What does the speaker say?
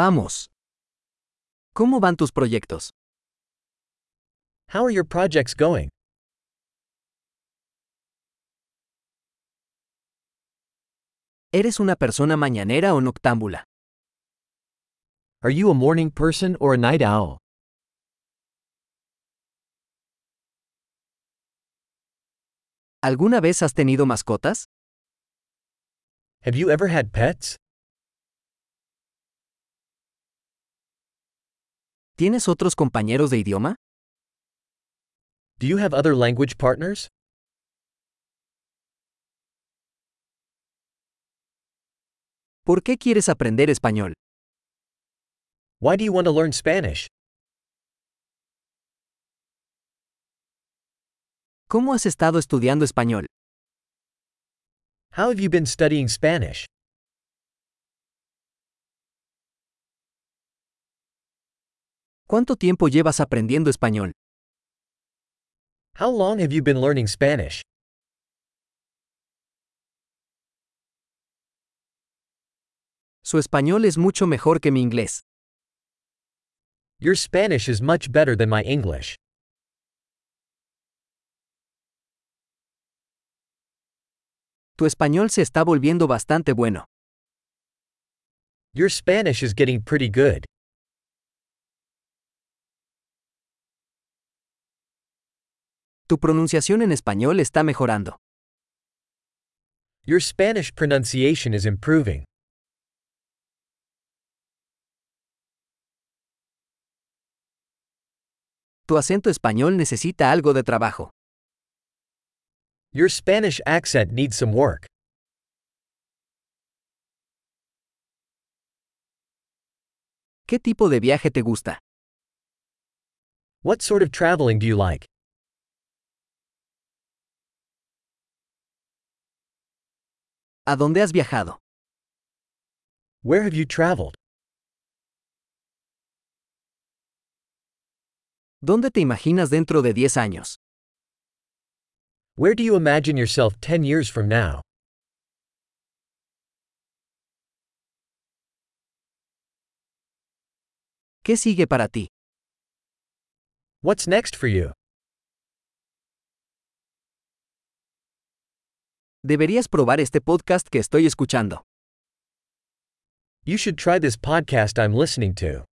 Vamos. ¿Cómo van tus proyectos? How are your projects going? ¿Eres una persona mañanera o noctámbula? Are you a morning person or a night owl? ¿Alguna vez has tenido mascotas? Have you ever had pets? ¿Tienes otros compañeros de idioma? Do you have other language partners? ¿Por qué quieres aprender español? Why do you want to learn Spanish? ¿Cómo has estado estudiando español? How have you been studying Spanish? ¿Cuánto tiempo llevas aprendiendo español? How long have you been learning Spanish? Su español es mucho mejor que mi inglés. Your Spanish is much better than my English. Tu español se está volviendo bastante bueno. Your Spanish is getting pretty good. Tu pronunciación en español está mejorando. Your Spanish pronunciation is improving. Tu acento español necesita algo de trabajo. Your Spanish accent needs some work. ¿Qué tipo de viaje te gusta? What sort of traveling do you like? ¿A dónde has viajado? Where have you traveled? ¿Dónde te imaginas dentro de 10 años? Where do you imagine yourself 10 years from now? ¿Qué sigue para ti? What's next for you? Deberías probar este podcast que estoy escuchando. You should try this podcast I'm listening to.